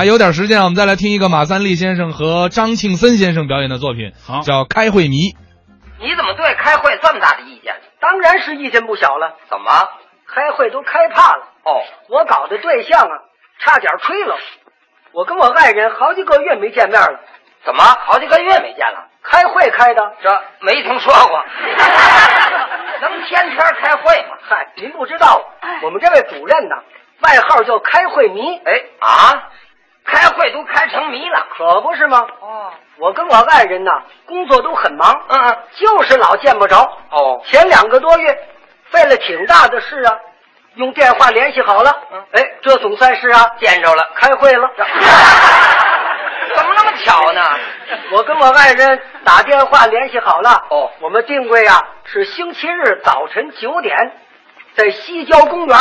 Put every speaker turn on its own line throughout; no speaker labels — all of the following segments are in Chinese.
还有点时间啊，我们再来听一个马三立先生和张庆森先生表演的作品，
好
叫《开会迷》。
你怎么对开会这么大的意见呢？
当然是意见不小了，
怎么？
开会都开怕了。
哦，
我搞的对象啊，差点吹了。我跟我爱人好几个月没见面了，
怎么好几个月没见了？
开会开的。
这没听说 过，能天天开会吗？
嗨，您不知道，我们这位主任呢，外号叫开会迷，
哎啊，开会都开成迷了。
可不是吗？
哦，
我跟我爱人呢，工作都很忙，
嗯嗯，
就是老见不着。
哦，
前两个多月，费了挺大的事啊，用电话联系好了
嗯，
哎，这总算是啊，
见着了，
开会 了。
怎么那么巧呢？
我跟我爱人打电话联系好了。
哦
我们定位啊是星期日早晨九点，在西郊公园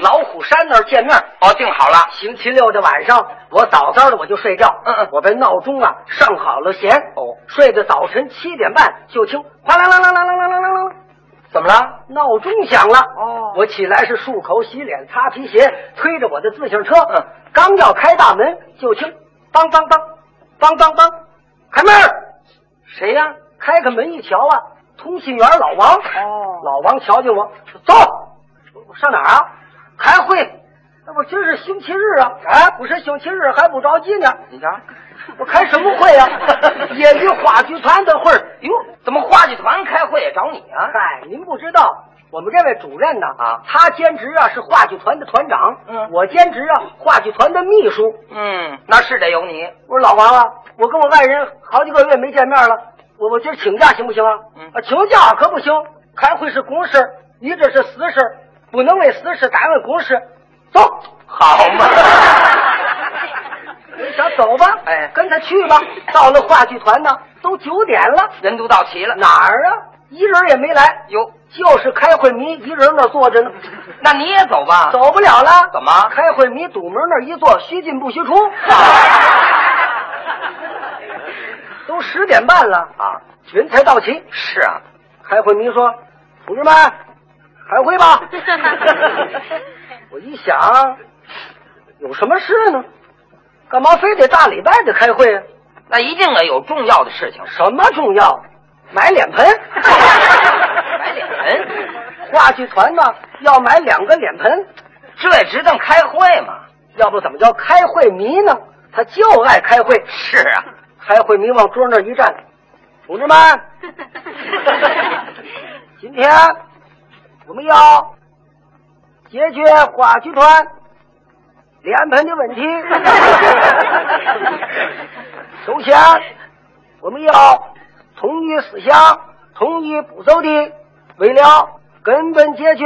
老虎山那儿见面。
哦，定好了。
星期六的晚上，我早早的我就睡觉。
嗯嗯
我被闹钟啊上好了弦。
哦，
睡到早晨七点半就听哗啦啦啦啦啦啦啦啦啦啦。怎么了？闹钟响了。
哦
我起来是漱口、洗脸、擦皮鞋，推着我的自行车。
嗯，
刚要开大门，就听梆梆梆，梆梆梆，开门儿。谁呀、开开门一瞧啊，通信员老王。
哦
老王瞧见我，说走，我上哪儿啊？开会。那我今儿是星期日啊！哎，不是星期日还不着急呢。
你瞧，
我开什么会啊？业余话剧团的会儿。
哟，怎么话剧团开会也找你啊？
嗨，哎您不知道，我们这位主任呢
啊
他兼职啊是话剧团的团长，
嗯
我兼职啊话剧团的秘书。
嗯，那是得有你。
我说老王啊，我跟我爱人好几个月没见面了，我我今儿请假行不行啊？
嗯
啊，请假可不行，开会是公事，你这是私事，不能为私事耽误公事。走，
好 嘛
想走吧，
哎
跟他去吧。到了话剧团呢，都九点了，
人都到齐了。
哪儿啊？一人也没来，
哟，
就是开会迷一人那儿坐着 呢，
那你也走吧。。
走不了了。
啊怎么
开会迷堵门那儿一坐，须进不须 出。都十点半了啊，人才到齐。
是啊，
开会迷说：“同志们，开会吧。” 我一想，有什么事呢？干嘛非得大礼拜得开会啊？
那一定得有重要的事情。
什么重要？买脸盆？
买脸盆？
话剧团呢要买两个脸盆，
这也值当开会嘛？
要不怎么叫开会迷呢？他就爱开会。
是啊，
开会迷往桌那儿一站，同 志们，今天我们要解决话剧团脸盆的 问题。首先，我们要统一思想、统一步骤的，为了根本解决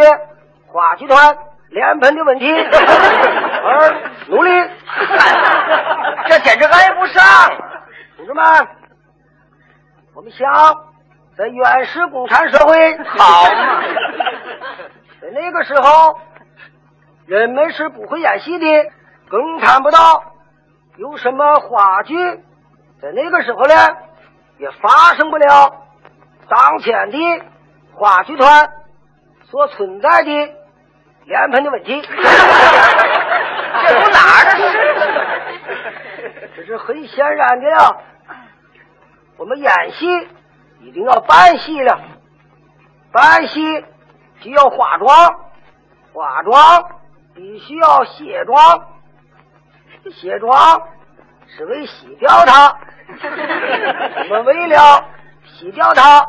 话剧团脸盆的问 题而努力。
这简直挨不上啊！
同志们，我们想在原始共产社会
好嘛，
在那个时候，人们是不会演戏的，更看不到有什么话剧。在那个时候呢，也发生不了当前的话剧团所存在的脸盆的问题。
这都哪儿的事？
这是很显然的呀。我们演戏一定要扮戏了，扮戏就要化妆，化妆必须要卸妆，卸妆是为洗掉它。我们为了洗掉它，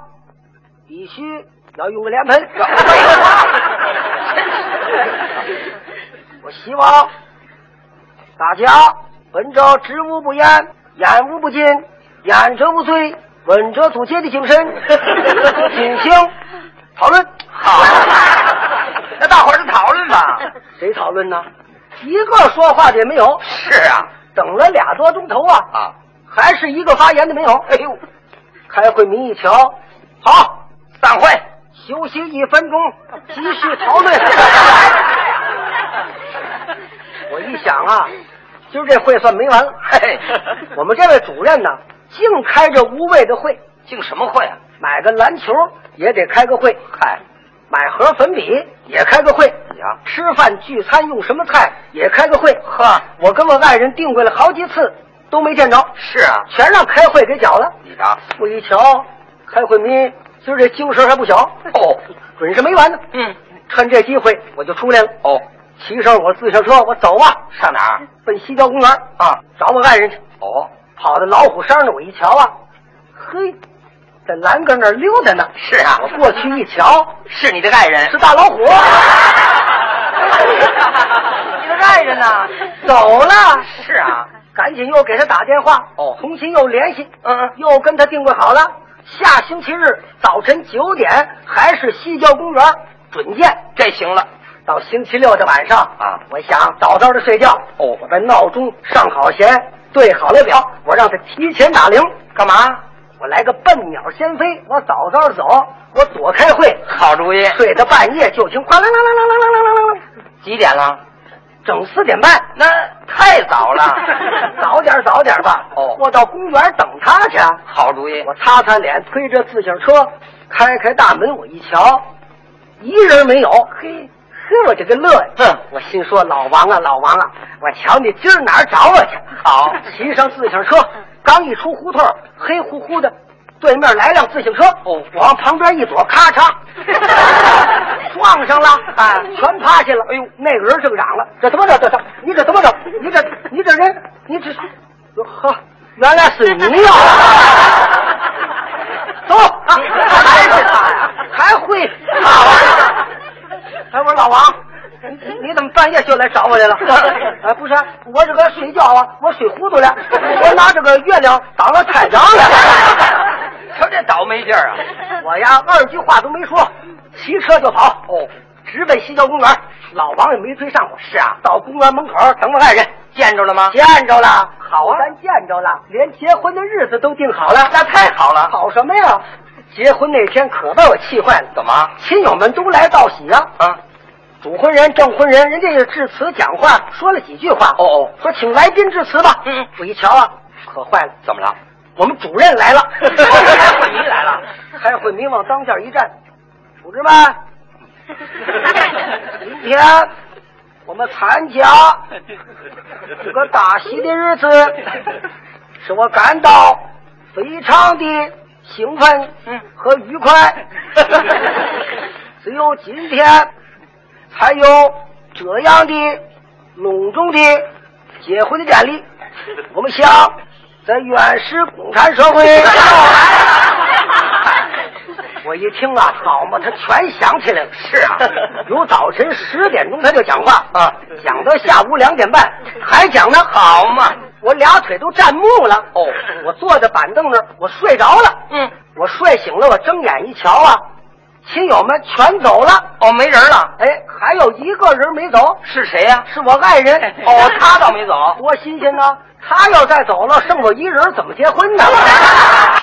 必须要用个脸盆。 我希望大家本着知无不言，言无不尽，言者无罪，闻者足戒的精神 进行讨论。
好， 那大伙儿就讨论 吧。
谁讨论呢？一个说话的也没有，
是啊，
等了俩多钟头啊，
啊，
还是一个发言的没有。
哎呦，
开会民一瞧，好，
散会。
休息一分钟，继续讨 论。我一想啊，今儿这会算没完了。
嘿，
我们这位主任呢，净开这无谓的会，
敬什么会啊？
买个篮球也得开个会，
嗨，
买盒粉笔也开个会，讲，吃饭聚餐用什么菜也开个会。呵，我跟我爱人定过了好几次，都没见着，
是啊，
全让开会给搅了。
你瞧，
我一瞧，开会迷，今儿这精神还不小，
哦，
准是没完呢。
嗯，
趁这机会我就出来了。
哦，
骑上我自行车，我走啊，
上哪儿？
奔西郊公园
啊，
找我爱人去。
哦，
跑到老虎山那，我一瞧啊，嘿，在栏杆那儿溜达呢。
是啊，
我过去一瞧，
是你的爱人
是大老虎。啊
你的爱人呐
走了。
是啊，
赶紧又给他打电话，
哦
重新又联系，
嗯嗯
又跟他定位好了，下星期日早晨九点还是西郊公园准见。
这行了。
到星期六的晚上
啊
我想早早的睡觉。
哦
我把闹钟上好弦，对好了表，我让它提前打铃。干嘛？我来个笨鸟先飞，我早早的走，我躲开会，
好主意。
睡到半夜就听哗啦啦啦啦啦啦啦啦啦，
几点了？
整四点半。。
那太早 了
早点早点吧。
哦
我到公园等他去。啊
好主意。
我擦擦脸，推着自行车，开开大门，我一瞧，一人没有。嘿，呵，我这个乐呀！
哼
我心说老王啊，老王啊，我瞧你今儿哪儿找我去？
好嗯
骑上自行车，刚一出胡同儿，黑乎乎的，对面来辆自行车。
哦
我往旁边一躲，咔 嚓，撞上了啊，全趴下了。哎呦，那个人正嚷了：“这怎么着？这这你这怎么着？你这你这人，你这哟呵，原来是你 呀、走，啊还是他呀，还会啊！哎，我说老王，你你怎么半夜就来找我来了？哎，不是，我这个睡觉啊，我睡糊涂了，我拿这个月亮当了太阳了。
瞧这倒霉劲儿啊！
我呀，二句话都没说，骑车就跑。
哦，
直奔西郊公园。老王也没追上我。是啊，到公园门口等我爱人，
见着了吗？
见着了。
好啊
咱见着了，连结婚的日子都定好了。
那太好了。
好什么呀？结婚那天可把我气坏了。
怎么？
亲友们都来道喜啊，
啊？
主婚人、证婚人，人家也致辞讲话，说了几句话。
哦哦，
说请来宾致辞吧。
嗯
我一瞧啊，可坏了，
怎么了？
我们主任 来了，
开会迷来了，
开会迷往当间一站，同志们， 今天我们参加这个大喜的日子，使我感到非常的兴奋
嗯
和愉 快。只有今天才有这样的隆重的结婚的典礼。我们想在原始共产社会。我一听啊，好嘛，他全想起来了。是
啊
由早晨十点钟他就讲话
啊
讲到下午两点半，还讲呢。好嘛，我俩腿都站木了。
哦
我坐在板凳那儿，我睡着了。
嗯，
我睡醒了，我睁眼一瞧啊，亲友们全走了，
哦，没人了。
哎，还有一个人没走，
是谁呀、
是我爱人。
哦，他倒没走。
啊 多新鲜呢！他要再走了，剩我一人，怎么结婚呢？